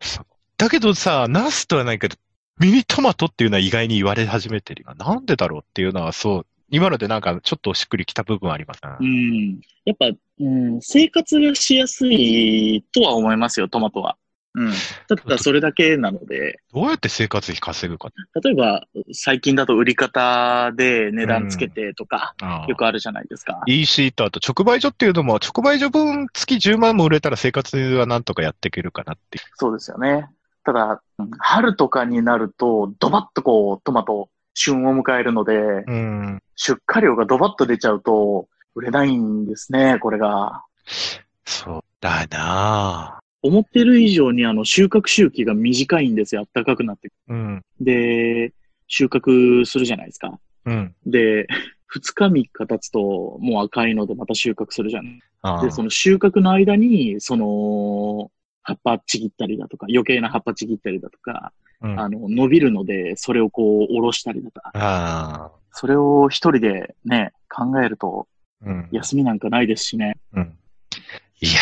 Speaker 1: だけどさ、ナスとはないけど、ミニトマトっていうのは意外に言われ始めてるよ。なんでだろうっていうのはそう、今のでなんかちょっとしっくりきた部分ありますな
Speaker 2: うん。やっぱ、うん、生活がしやすいとは思いますよ、トマトは。うん。ただそれだけなので、
Speaker 1: どうやって生活費稼ぐかって
Speaker 2: 例えば、最近だと売り方で値段つけてとか、
Speaker 1: ああ
Speaker 2: よくあるじゃないですか。
Speaker 1: EC とあと直売所っていうのも、直売所分月10万も売れたら生活はなんとかやっていけるかなっていう。
Speaker 2: そうですよね。ただ、うん春とかになると、ドバッとこう、トマト、旬を迎えるので、
Speaker 1: うん。
Speaker 2: 出荷量がドバッと出ちゃうと、売れないんですね、これが。
Speaker 1: そうだな
Speaker 2: 思ってる以上にあの収穫周期が短いんですよ、暖かくなってく
Speaker 1: ぁうん。
Speaker 2: る。で、収穫するじゃないですか。
Speaker 1: うん。
Speaker 2: で、2日3日経つと、もう赤いのでまた収穫するじゃない。
Speaker 1: あ
Speaker 2: で、その収穫の間に、その、葉っぱちぎったりだとか、余計な葉っぱちぎったりだとか、
Speaker 1: うん、
Speaker 2: あ
Speaker 1: あ
Speaker 2: の、伸びるので、それをこう、おろしたりだとか、
Speaker 1: あ
Speaker 2: それを一人でね、考えると、
Speaker 1: ー。うん。
Speaker 2: 休みなんかないですしね。
Speaker 1: うん。いやー。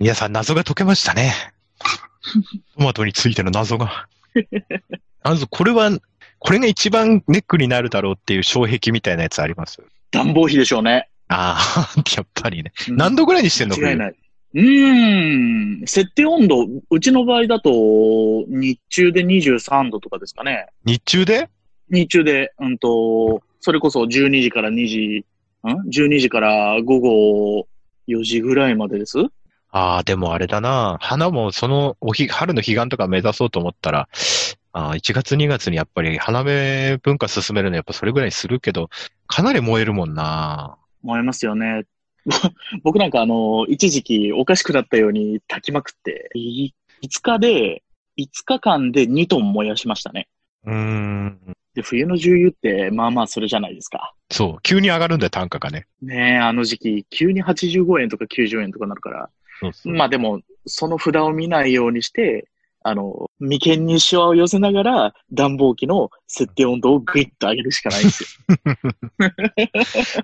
Speaker 1: 皆さん、謎が解けました
Speaker 2: (laughs)
Speaker 1: ね。トマトについての謎が。まず、これは、これが一番ネックになるだろうっていう障壁みたいなやつあります
Speaker 2: 暖房費でしょうね。
Speaker 1: ああ、やっぱりね。
Speaker 2: うん
Speaker 1: 何度ぐらいにしてんの
Speaker 2: 間違いない。うーん。設定温度、うちの場合だと、日中で23度とかですかね。
Speaker 1: 日中で
Speaker 2: 日中で、うんと、それこそ12時から2時、ん ?12 時から午後4時ぐらいまでです
Speaker 1: ああ、でもあれだな。花もそのおひ、春の彼岸とか目指そうと思ったら、ああ、1月2月にやっぱり花芽文化進めるのやっぱそれぐらいするけど、かなり燃えるもんな。
Speaker 2: 思いますよね。 (laughs) 僕なんかあの、一時期おかしくなったように炊きまくって、い5日で、5日間で2トン燃やしましたね。
Speaker 1: うーん。
Speaker 2: で、冬の重油って、まあまあそれじゃないですか。
Speaker 1: そう。急に上がるんだよ、単価がね。
Speaker 2: ねえ、あの時期、急に85円とか90円とかなるから。
Speaker 1: そうそう
Speaker 2: まあでも、その札を見ないようにして、あの、眉間にシワを寄せながら、暖房機の設定温度をグイッと上げるしかないんですよ。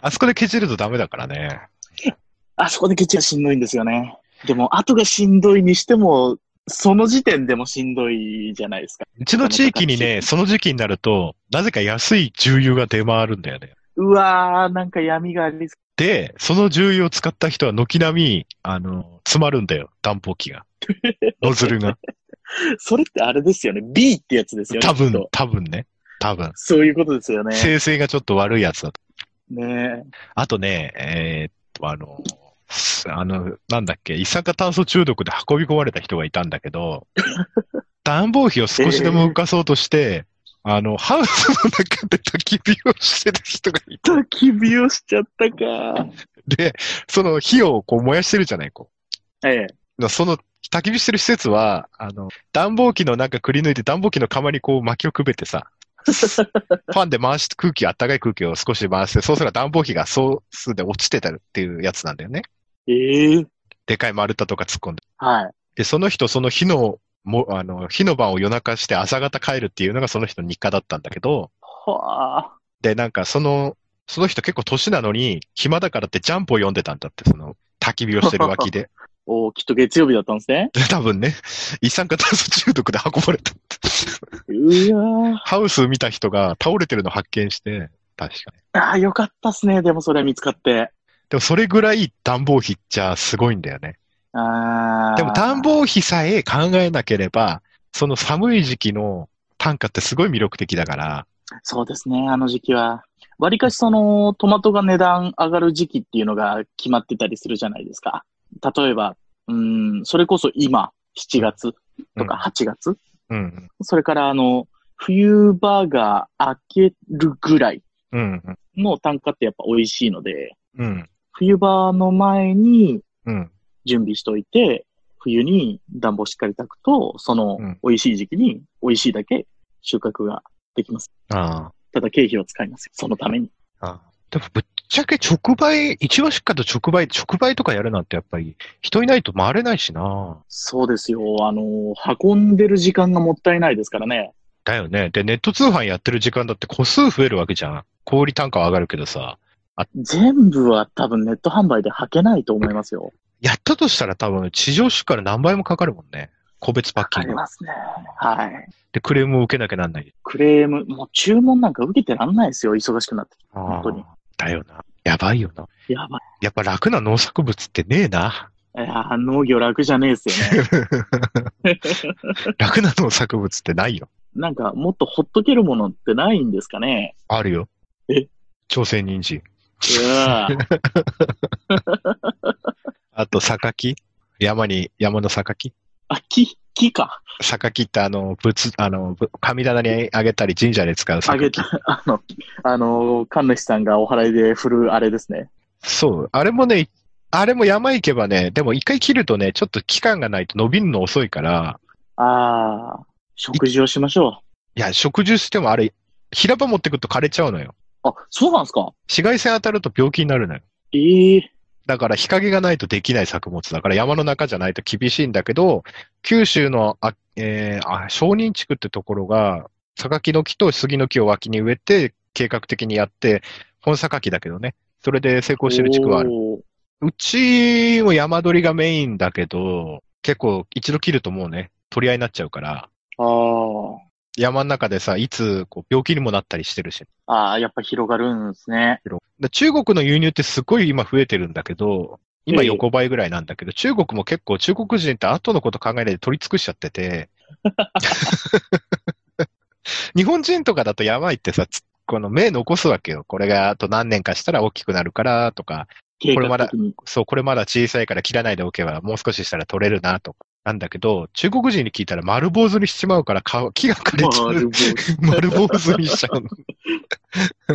Speaker 1: あそこでケチるとダメだからね。
Speaker 2: (laughs) あそこでケチはしんどいんですよね。でも、後がしんどいにしても、その時点でもしんどいじゃないですか。
Speaker 1: うちの地域にね、その時期になると、なぜか安い重油が出回るんだよね。
Speaker 2: うわー、なんか闇がありそ
Speaker 1: で、その重油を使った人は軒並み、あの、詰まるんだよ、暖房
Speaker 2: (laughs)
Speaker 1: 機が。ノズルが。
Speaker 2: うそれってあれですよね。B ってやつですよね。
Speaker 1: 多
Speaker 2: きっ
Speaker 1: 分
Speaker 2: と、
Speaker 1: 多分ね。多分。
Speaker 2: そういうことですよ (laughs) ね。
Speaker 1: 生成がちょっと悪いやつだと。
Speaker 2: ねえ。
Speaker 1: あとね、えーっと、あの、すあの、なんだっけ、一酸化炭素中毒で運び込まれた人がいたんだけど、暖房費を少しでも浮かそうとして、あの、ハウスの中で焚き火をしてる人がいて、
Speaker 2: 焚き火をしちゃったか。
Speaker 1: で、その火をこう燃やしてるじゃない、こう。
Speaker 2: ええ。
Speaker 1: その、焚き火してる施設は、あの、暖房機のなんかくり抜いて暖房機の釜にこう薪をくべてさ、ファンで回して空気、あったかい空気を少し回して、そうすれば暖房費が総数で落ちてたっていうやつなんだよね。
Speaker 2: ええ
Speaker 1: でかい丸太とか突っ込んで。
Speaker 2: はい。
Speaker 1: で、その人、その火の、も、あの、火の晩を夜中して朝方帰るっていうのがその人の日課だったんだけど、
Speaker 2: はあ。
Speaker 1: で、なんかその、その人結構年なのに、暇だからってジャンプを読んでたんだって、その、焚き火をしてる脇で。
Speaker 2: おーきっと月曜日だったんですね。
Speaker 1: で、多分ね、一酸化炭素中毒で運ばれたって。
Speaker 2: うわー
Speaker 1: ハウス見た人が倒れてるの発見して、確かに。
Speaker 2: ああ、よかったっすね。でもそれ見つかって。
Speaker 1: でもそれぐらい暖房費っちゃすごいんだよね。
Speaker 2: ああ。
Speaker 1: でも暖房費さえ考えなければ、その寒い時期の単価ってすごい魅力的だから、
Speaker 2: そうですね、あの時期は。わりかしその、トマトが値段上がる時期っていうのが決まってたりするじゃないですか。例えば、うん、それこそ今、7月とか8月、
Speaker 1: うん、
Speaker 2: それからあの、冬場が明けるぐらい
Speaker 1: うん、
Speaker 2: の単価ってやっぱ美味しいので、
Speaker 1: うん、
Speaker 2: 冬場の前に
Speaker 1: うん、
Speaker 2: 準備しといて、冬に暖房しっかり炊くと、その
Speaker 1: うん
Speaker 2: 美味しい時期に美味しいだけ収穫ができます。
Speaker 1: あ
Speaker 2: ただ経費を使いますよ。そのために。
Speaker 1: あ、ああ。でもぶっちゃけ直売、一応しっかりと直売、直売とかやるなんてやっぱり人いないと回れないしな。
Speaker 2: そうですよ。あの、運んでる時間がもったいないですからね。
Speaker 1: だよね。で、ネット通販やってる時間だって個数増えるわけじゃん。小売単価は上がるけどさ、
Speaker 2: 全部は多分ネット販売で履けないと思いますよ。
Speaker 1: やったとしたら多分地上出荷の何倍もかかるもんね。個別パッキ
Speaker 2: あ
Speaker 1: ン
Speaker 2: り
Speaker 1: グ。
Speaker 2: ますね。はい。
Speaker 1: で、クレームを受けなきゃなんない。
Speaker 2: クレーム、もう注文なんか受けてらんないですよ、忙しくなって。本当に
Speaker 1: あー。だよな。やばいよな。
Speaker 2: やばい。
Speaker 1: やっぱ楽な農作物ってねえな。 (laughs)
Speaker 2: いやー、農業楽じゃねえですよね。 (laughs)
Speaker 1: 楽な農作物ってないよ。
Speaker 2: なんか、もっとほっとけるものってないんですかね。
Speaker 1: あるよ。
Speaker 2: え
Speaker 1: 朝鮮人参。
Speaker 2: うわ (laughs) ー
Speaker 1: あと、榊山に、山の榊
Speaker 2: あ、木、木か。
Speaker 1: 榊ってあの、仏、あの、ぶ神棚にあげたり神社で使う
Speaker 2: あげ
Speaker 1: 榊。
Speaker 2: た、あの、あの、神主さんがお祓いで振るあれですね。
Speaker 1: そう。あれもね、あれも山行けばね、でも一回切るとね、ちょっと期間がないと伸びるの遅いから、
Speaker 2: ああ、食事をしましょ
Speaker 1: いや、植樹してもあれ、平場持ってくと枯れちゃうのよ。
Speaker 2: う。あ、そうなんですか
Speaker 1: 紫外線当たると病気になるのよ。
Speaker 2: ええ
Speaker 1: だから日陰がないとできない作物だから山の中じゃないと厳しいんだけど、九州の、あ、えーあ、承認地区ってところが、榊の木と杉の木を脇に植えて、計画的にやって、本榊だけどね。それで成功してる地区はある。
Speaker 2: おー
Speaker 1: うちも山鳥がメインだけど、結構一度切るともうね、取り合いになっちゃうから、
Speaker 2: あ
Speaker 1: 山の中でさ、いつこう病気にもなったりしてるし。
Speaker 2: あ。ああ、やっぱ広がるんですね。
Speaker 1: で中国の輸入ってすごい今増えてるんだけど、今
Speaker 2: ええ
Speaker 1: 横ばいぐらいなんだけど、中国も結構中国人って後のこと考えないで取り尽くしちゃって (laughs) て、日本人とかだとやばいってさ、つこの目残すわけよ。これがあと何年かしたら大きくなるからとか、
Speaker 2: 計
Speaker 1: これま
Speaker 2: 画
Speaker 1: だ
Speaker 2: 的に。
Speaker 1: そう、これまだ小さいから切らないでおけばもう少ししたら取れるなとか。なんだけど、中国人に聞いたら丸坊主にしちまうから顔木が枯れちゃ
Speaker 2: 丸
Speaker 1: う。
Speaker 2: 坊
Speaker 1: (laughs) 丸坊主にしちゃうの。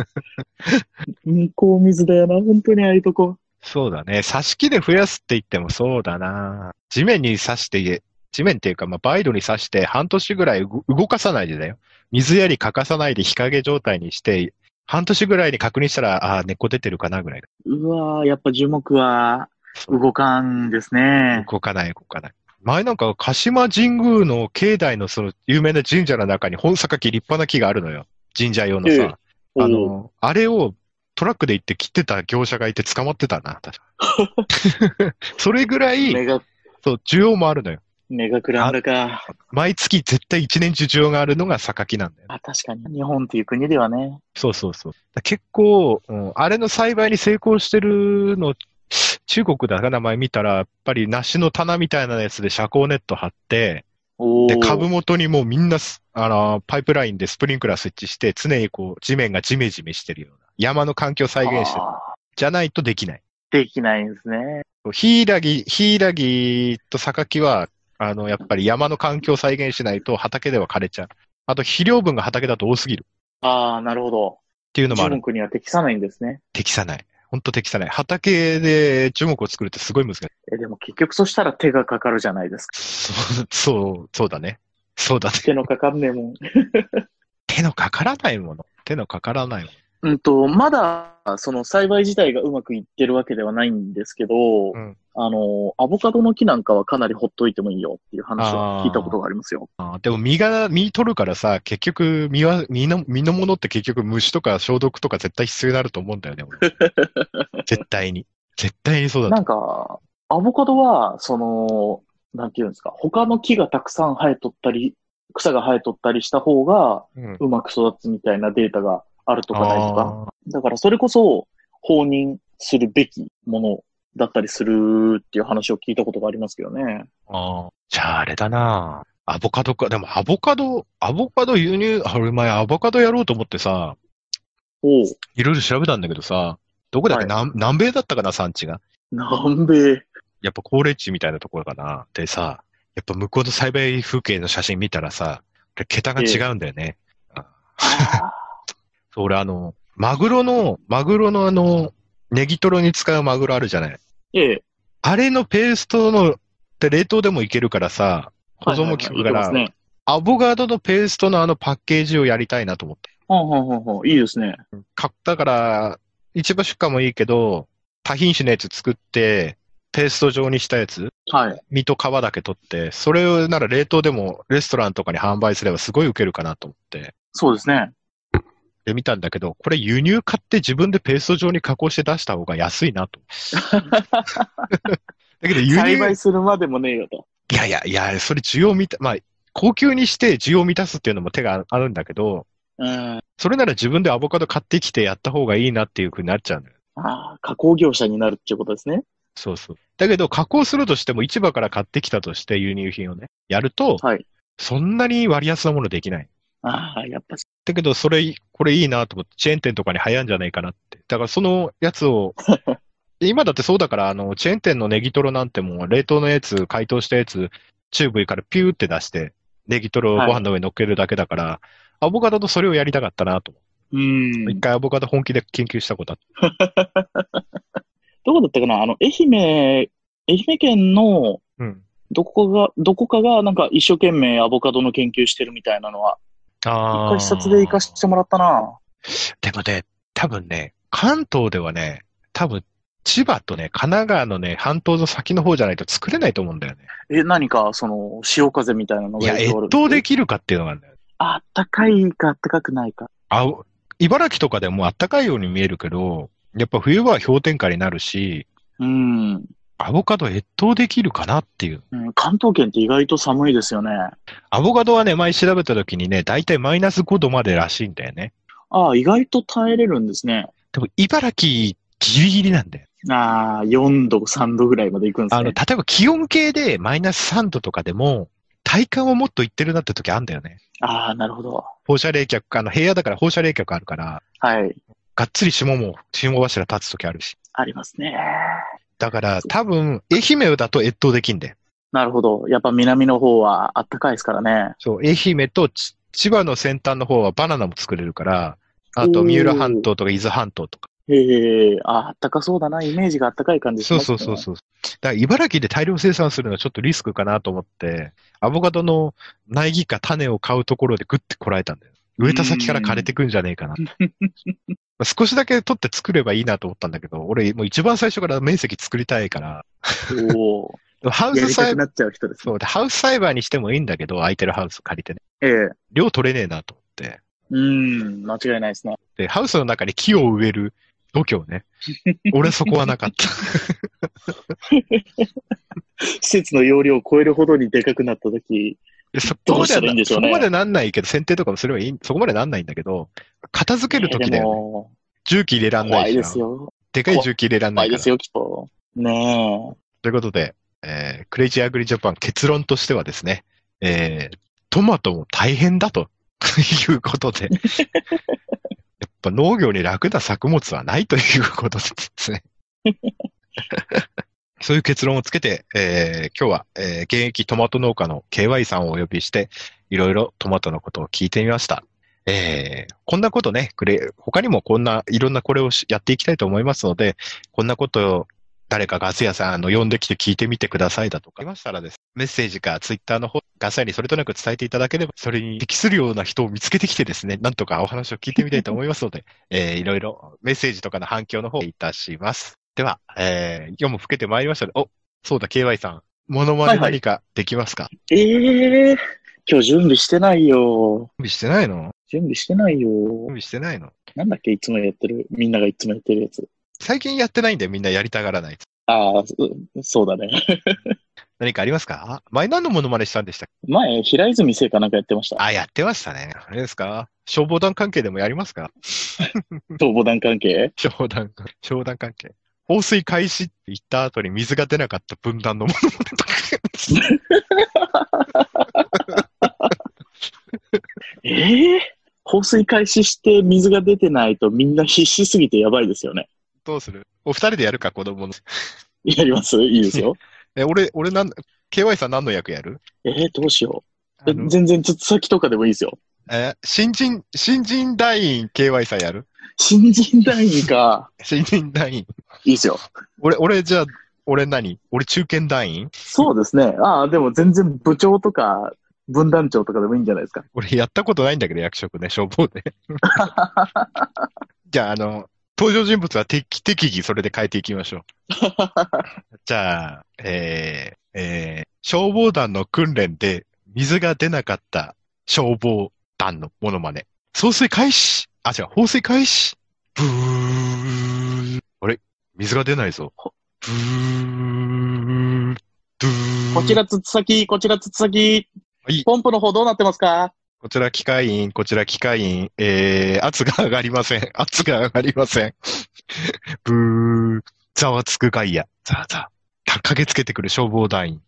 Speaker 2: (laughs) 人工水だよな、本当にああいうとこ。
Speaker 1: そうだね。挿し木で増やすって言ってもそうだな。地面に刺して、地面っていうか、まあ、バイドに刺して半年ぐらいうご動かさないでだよ。水やり欠かさないで日陰状態にして、半年ぐらいに確認したら、ああー、根っこ出てるかなぐらいだ。
Speaker 2: うわーやっぱ樹木は
Speaker 1: そう
Speaker 2: 動かんですね。
Speaker 1: 動かない、動かない。前なんか、鹿島神宮の境内のその有名な神社の中に本坂木立派な木があるのよ。神社用の
Speaker 2: え
Speaker 1: さ。あ
Speaker 2: おー
Speaker 1: の、あれをトラックで行って切ってた業者がいて捕まってたな、確か
Speaker 2: (laughs)
Speaker 1: それぐらい、
Speaker 2: 目が、
Speaker 1: そう、需要もあるのよ。
Speaker 2: 目がくらんだか。
Speaker 1: 毎月絶対一年中需要があるのが榊なんだよね。
Speaker 2: あ、確かに。日本っていう国ではね。
Speaker 1: そうそうそう。だ結構、うんあれの栽培に成功してるの、中国だが名前見たら、やっぱり梨の棚みたいなやつで遮光ネット張って、
Speaker 2: お
Speaker 1: で、
Speaker 2: ー
Speaker 1: 株元にもうみんなす、あの、パイプラインでスプリンクラー設置して、常にこう、地面がジメジメしてるような、山の環境を再現してる、
Speaker 2: あ
Speaker 1: じゃないとできない。
Speaker 2: ーできないんですね。
Speaker 1: ヒイラギ、ヒイラギと榊は、あの、やっぱり山の環境を再現しないと畑では枯れちゃう。あと、肥料分が畑だと多すぎるっ
Speaker 2: ああ、なるほど。
Speaker 1: ていうのもあ
Speaker 2: 樹
Speaker 1: る。
Speaker 2: 木には適さないんですね。
Speaker 1: 適さない。ほんと適さない。畑で樹木を作るってすごい難しい。
Speaker 2: え、でも結局そしたら手がかかるじゃないですか。
Speaker 1: そう、そう、そうだね。そうだね。
Speaker 2: 手のかかんねえもん。
Speaker 1: 手のかからないもの。手のかからないも
Speaker 2: うんと、まだ、その栽培自体がうまくいってるわけではないんですけど、
Speaker 1: うん
Speaker 2: あの、アボカドの木なんかはかなりほっといてもいいよっていう話を聞いたことがありますよ。
Speaker 1: の。あーでも実が、実取るからさ、結局、実は、実の、実のものって結局虫とか消毒とか絶対必要になると思うんだよね、
Speaker 2: (laughs)
Speaker 1: 俺絶対に。絶対にそうだと思う
Speaker 2: なんか、アボカドは、その、なんていうんですか、他の木がたくさん生えとったり、草が生えとったりした方が
Speaker 1: うん。
Speaker 2: うまく育つみたいなデータがあるとかないとか。
Speaker 1: あー
Speaker 2: だからそれこそ放任するべきものだったりするっていう話を聞いたことがありますけどね。
Speaker 1: ああ。じゃああれだな。アボカドか。でもアボカド、アボカド輸入、あれ前アボカドやろうと思ってさ、
Speaker 2: おう
Speaker 1: いろいろ調べたんだけどさ、どこだっけ、
Speaker 2: は
Speaker 1: 南南米だったかな、産地が。(laughs)
Speaker 2: 南米。
Speaker 1: やっぱ高齢地みたいなところかな。でさ、やっぱ向こうの栽培風景の写真見たらさ、桁が違うんだよね。そう俺あの、マグロの、マグロのあの、ネギトロに使うマグロあるじゃない。
Speaker 2: ええ。
Speaker 1: あれのペーストの、って冷凍でもいけるからさ、保存も効くか
Speaker 2: はいはいはいいいで
Speaker 1: ら、
Speaker 2: すね。
Speaker 1: アボカドのペーストのあのパッケージをやりたいなと思って。
Speaker 2: はんはんはんはん。いいですね。
Speaker 1: 買ったから、市場出荷もいいけど、多品種のやつ作って、ペースト状にしたやつ、
Speaker 2: はい。
Speaker 1: 身と皮だけ取って、それなら冷凍でもレストランとかに販売すればすごいウケるかなと思って。
Speaker 2: そうですね。
Speaker 1: で見たんだけど、これ輸入買って自分でペースト状に加工して出した方が安いな
Speaker 2: (laughs)
Speaker 1: と。だけど輸
Speaker 2: 栽
Speaker 1: 入、
Speaker 2: 培するまでもねえよと。
Speaker 1: いやいやいや、それ需要満た、まあ、高級にして需要を満たすっていうのも手があるんだけど、
Speaker 2: うん。
Speaker 1: それなら自分でアボカド買ってきてやった方がいいなっていう風になっちゃうのよ。
Speaker 2: ああ、加工業者になるっていうことですね。
Speaker 1: そうそう。だけど、加工するとしても市場から買ってきたとして輸入品をね、やると、
Speaker 2: はい。
Speaker 1: そんなに割安なものできない。
Speaker 2: ああ、やっぱ、
Speaker 1: だけど、それ、これいいなと思って、チェーン店とかに流行んじゃないかなって。だから、そのやつ
Speaker 2: (laughs)
Speaker 1: を、今だってそうだから、あの、チェーン店のネギトロなんてもう、冷凍のやつ、解凍したやつ、チューブからピューって出して、ネギトロをご飯の上に乗っけるだけだから、アボカドとそれをやりたかったなと。
Speaker 2: うん。
Speaker 1: 一回アボカド本気で研究したことあって。
Speaker 2: どこだったかなあの、愛媛、愛媛県の、
Speaker 1: うん。
Speaker 2: どこが、どこかが、なんか一生懸命アボカドの研究してるみたいなのは、
Speaker 1: あ
Speaker 2: 一回視察で行かせてもらったな。
Speaker 1: でもね、多分ね、関東ではね、多分、千葉とね、神奈川のね、半島の先の方じゃないと作れないと思うんだよね。
Speaker 2: え、何か、その、潮風みたいなの
Speaker 1: いや、
Speaker 2: が影
Speaker 1: 越
Speaker 2: 響ある
Speaker 1: 冬できるかっていうのがあるんだよ。
Speaker 2: あったかいかあったかくないか。
Speaker 1: あ茨城とかでも暖かいように見えるけど、やっぱ冬は氷点下になるし、
Speaker 2: うん。
Speaker 1: アボカド越冬できるかなっていう。
Speaker 2: うん関東圏って意外と寒いですよね。
Speaker 1: アボカドはね、前調べた時にね、だいたいマイナス5度までらしいんだよね。
Speaker 2: ああ、意外と耐えれるんですね。
Speaker 1: でも茨城ギリギリなんだよ。
Speaker 2: ああ、4度、3度ぐらいまで行くんです
Speaker 1: あの、
Speaker 2: ね
Speaker 1: 例。えば気温計でマイナス3度とかでも、体感をもっといってるなって時あるんだよね。
Speaker 2: ああ、なるほど。
Speaker 1: 放射冷却、あの、部屋だから放射冷却あるから、
Speaker 2: はい。
Speaker 1: がっつり霜も、霜柱立つときあるし。
Speaker 2: ありますね。
Speaker 1: だから、多分、愛媛だと越冬できんで。
Speaker 2: なるほど。やっぱ南の方は暖かいですからね。
Speaker 1: そう、愛媛とち千葉の先端の方はバナナも作れるから、あ
Speaker 2: お
Speaker 1: と、
Speaker 2: ー
Speaker 1: 三浦半島とか伊豆半島とか。
Speaker 2: へえ、あ、あったかそうだな、イメージがあったかい感じし
Speaker 1: そう
Speaker 2: ます
Speaker 1: そ
Speaker 2: ね。
Speaker 1: うそうそう。だから、茨城で大量生産するのはちょっとリスクかなと思って、アボカドの苗木か種を買うところでグッてこらえたんだよ。植えた先から枯れてくんじゃねえかな。 (laughs) まあ少しだけ取って作ればいいなと思ったんだけど、俺もう一番最初から面積作りたいから、
Speaker 2: そう。
Speaker 1: (laughs)
Speaker 2: お
Speaker 1: ハウ
Speaker 2: ーや
Speaker 1: ス栽
Speaker 2: りたく
Speaker 1: 培、
Speaker 2: なっちゃう人ですね。
Speaker 1: そうで、ハウス栽培にしてもいいんだけど、空いてるハウス借りてね。
Speaker 2: ええ。
Speaker 1: 量取れねえなと思って。
Speaker 2: うん、間違いないですね。
Speaker 1: で、ハウスの中に木を植える度胸ね。
Speaker 2: (laughs)
Speaker 1: 俺そこはなかった。
Speaker 2: 施設の容量を超えるほどにでかくなったとき、
Speaker 1: でそ
Speaker 2: ど
Speaker 1: こま
Speaker 2: うし
Speaker 1: では
Speaker 2: たらいいんでしょ
Speaker 1: そうこ
Speaker 2: ね
Speaker 1: までなんないけど、剪定とかもすればいい、そこまでなんないんだけど、片付ける時だよ
Speaker 2: で
Speaker 1: ね。
Speaker 2: も、
Speaker 1: 重機入れらんな
Speaker 2: 怖
Speaker 1: い
Speaker 2: い
Speaker 1: し
Speaker 2: で
Speaker 1: な
Speaker 2: す。よ。
Speaker 1: でかい重機入れらんな
Speaker 2: 怖
Speaker 1: い
Speaker 2: い
Speaker 1: か
Speaker 2: で
Speaker 1: ら
Speaker 2: す。よ、きっと。ねえ。
Speaker 1: ということで、えークレイジーアグリジャパン結論としてはですね、えートマトも大変だと (laughs) いうことで、やっぱ農業に楽な作物はないということですね。そういう結論をつけて、えー今日は、えー現役トマト農家の KY さんをお呼びして、いろいろトマトのことを聞いてみました。えーこんなことね、クレ他にもこんないろんなこれをしやっていきたいと思いますので、こんなことを誰かガス屋さん、あの、呼んできて聞いてみてくださいだとか、ありましたらです、メッセージかツイッターの方、ガス屋にそれとなく伝えていただければ、それに適するような人を見つけてきてですね、なんとかお話を聞いてみたいと思いますので、 (laughs) えーいろいろメッセージとかの反響の方、いたします。では、えー、今日も更けてまいりましたね。お、そうだ、KY さん、モノマ
Speaker 2: は
Speaker 1: ネ
Speaker 2: いはい
Speaker 1: 何かできますか、
Speaker 2: ええ今日準備してないよ。
Speaker 1: 準備してないの
Speaker 2: 準備してないよ
Speaker 1: 準。備してないの
Speaker 2: なんだっけ、いつもやってる。みんながいつもやってるやつ。
Speaker 1: 最近やってないんでみんなやりたがらない。
Speaker 2: ああ、そそうだね。 (laughs)
Speaker 1: 何かありますか前何のモノマネしたんでしたっけ
Speaker 2: 前、平泉聖かなんかやってました。
Speaker 1: あ、やってましたね。あれですか消防団関係でもやりますか
Speaker 2: 消防団関係
Speaker 1: 商談、商談関係。放水開始って言った後に水が出なかった分断のものとか。 (laughs)
Speaker 2: ええ放水開始して水が出てないとみんな必死すぎてやばいですよね。
Speaker 1: どうするお二人でやるか、子供の。
Speaker 2: やりますいいで
Speaker 1: (laughs)
Speaker 2: すよ。
Speaker 1: え、俺、俺なん、KY さん何の役やる
Speaker 2: ええどうしよう。
Speaker 1: あ
Speaker 2: え
Speaker 1: の
Speaker 2: 全然つつ先とかでもいいですよ。
Speaker 1: え、新人、新人団員 KY さんやる
Speaker 2: 新人団員か。
Speaker 1: 新人団員。
Speaker 2: いいですよ。
Speaker 1: 俺、俺じゃあ、俺何俺中堅団員
Speaker 2: そうですね。ああ、でも全然部長とか分団長とかでもいいんじゃないですか。
Speaker 1: (laughs) 俺やったことないんだけど、役職ね、消防で。 (laughs) じゃあ、あの、登場人物は適適宜それで変えていきまし
Speaker 2: (laughs)
Speaker 1: ょう。じゃあ、えーえー消防団の訓練で水が出なかった消防団のモノマネ。送水開始あ、違う、放水開始ブーあれ水が出ないぞ。ブードゥー
Speaker 2: こちらつつ先、こちらつつ先。
Speaker 1: はい
Speaker 2: ポンプの方どうなってますか
Speaker 1: こちら機械員、こちら機械員、えー、圧が上がりません。 (laughs) 圧が上がりません。ブー、ざわつくガイア、ざわざわ。た駆けつけてくる消防団員。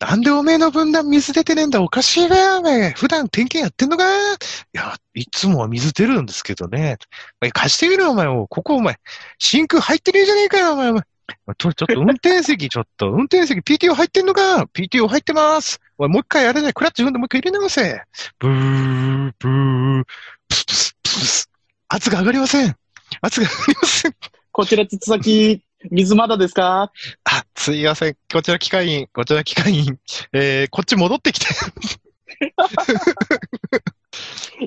Speaker 1: なんでおめえの分断水出てねえんだおかしいべやめ。普段点検やってんのかいや、いつもは水出るんですけどね。お前貸してみろ、お前。おここ、お前。真空入ってねえじゃねえかよ、お前。お前ちょ、ちょっと運転席、 (laughs) ちょっと、運転席、PTO 入ってんのか ?PTO 入ってます。おい、もう一回やれない。クラッチ踏んでもう一回入れ直せ。ブー、ブー、プスプスプス。圧が上がりません。圧が上がりません。 (laughs)
Speaker 2: こちらつつ先、水まだですか
Speaker 1: あ、すいません。こちら機械員、こちら機械員。えー、こっち戻ってきて。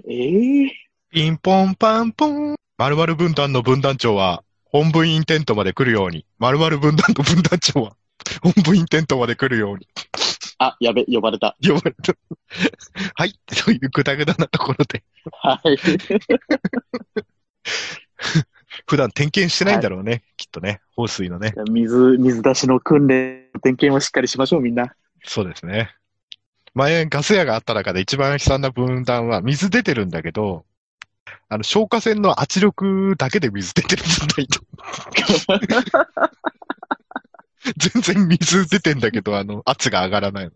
Speaker 2: ええ
Speaker 1: ピンポンパンポン。〇〇分団の分団長は、本部員テントまで来るように。〇〇分団の分団長は、本部員テントまで来るように。
Speaker 2: あ、やべ、呼ばれた。
Speaker 1: 呼ばれた。 (laughs) はい。というぐだぐだなところで、
Speaker 2: はい。
Speaker 1: 普段点検してないんだろうね。きっとね。放水のね。
Speaker 2: (laughs) 水、水出しの訓練、点検をしっかりしましょう、みんな。
Speaker 1: そうですね。前、ガス屋があった中で一番悲惨な分断は、水出てるんだけど、あの、消火栓の圧力だけで水出てるんじゃないと。 (laughs) 全然水出てんだけど、あの、圧が上がらないの。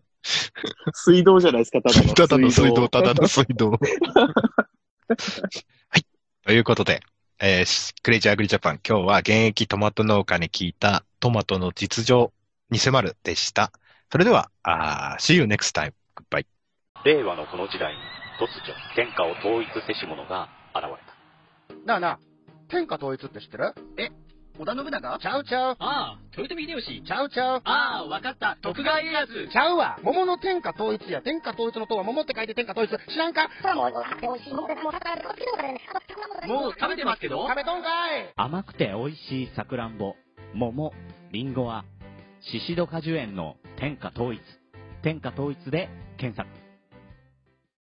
Speaker 2: (laughs) 水道じゃないですか、ただの。
Speaker 1: ただの水道、ただの水道。 (laughs) はい。ということで、えーしクレイジーアグリジャパン、今日は現役トマト農家に聞いたトマトの実情に迫るでした。それでは、あー See you next time. Goodbye.
Speaker 3: 令和のこの時代に突如天下を統一せし者が現れた
Speaker 4: なあなあ、天下統一って知ってる
Speaker 5: 織田信長
Speaker 4: ちゃうちゃう、
Speaker 5: ああ、豊臣秀吉。
Speaker 4: ちゃうちゃう、
Speaker 5: ああ、わかった。徳川家康。
Speaker 4: ちゃうわ。桃の天下統一や、天下統一の塔は桃って書いて天下統一。知らんか
Speaker 6: もう、美味しいものがもう、高い好きだからね。
Speaker 5: もう食べてますけど。
Speaker 4: 食べとんかい
Speaker 7: 甘くて美味しいさくらんぼ、桃、りんごは、シシド果樹園の天下統一。天下統一で検索。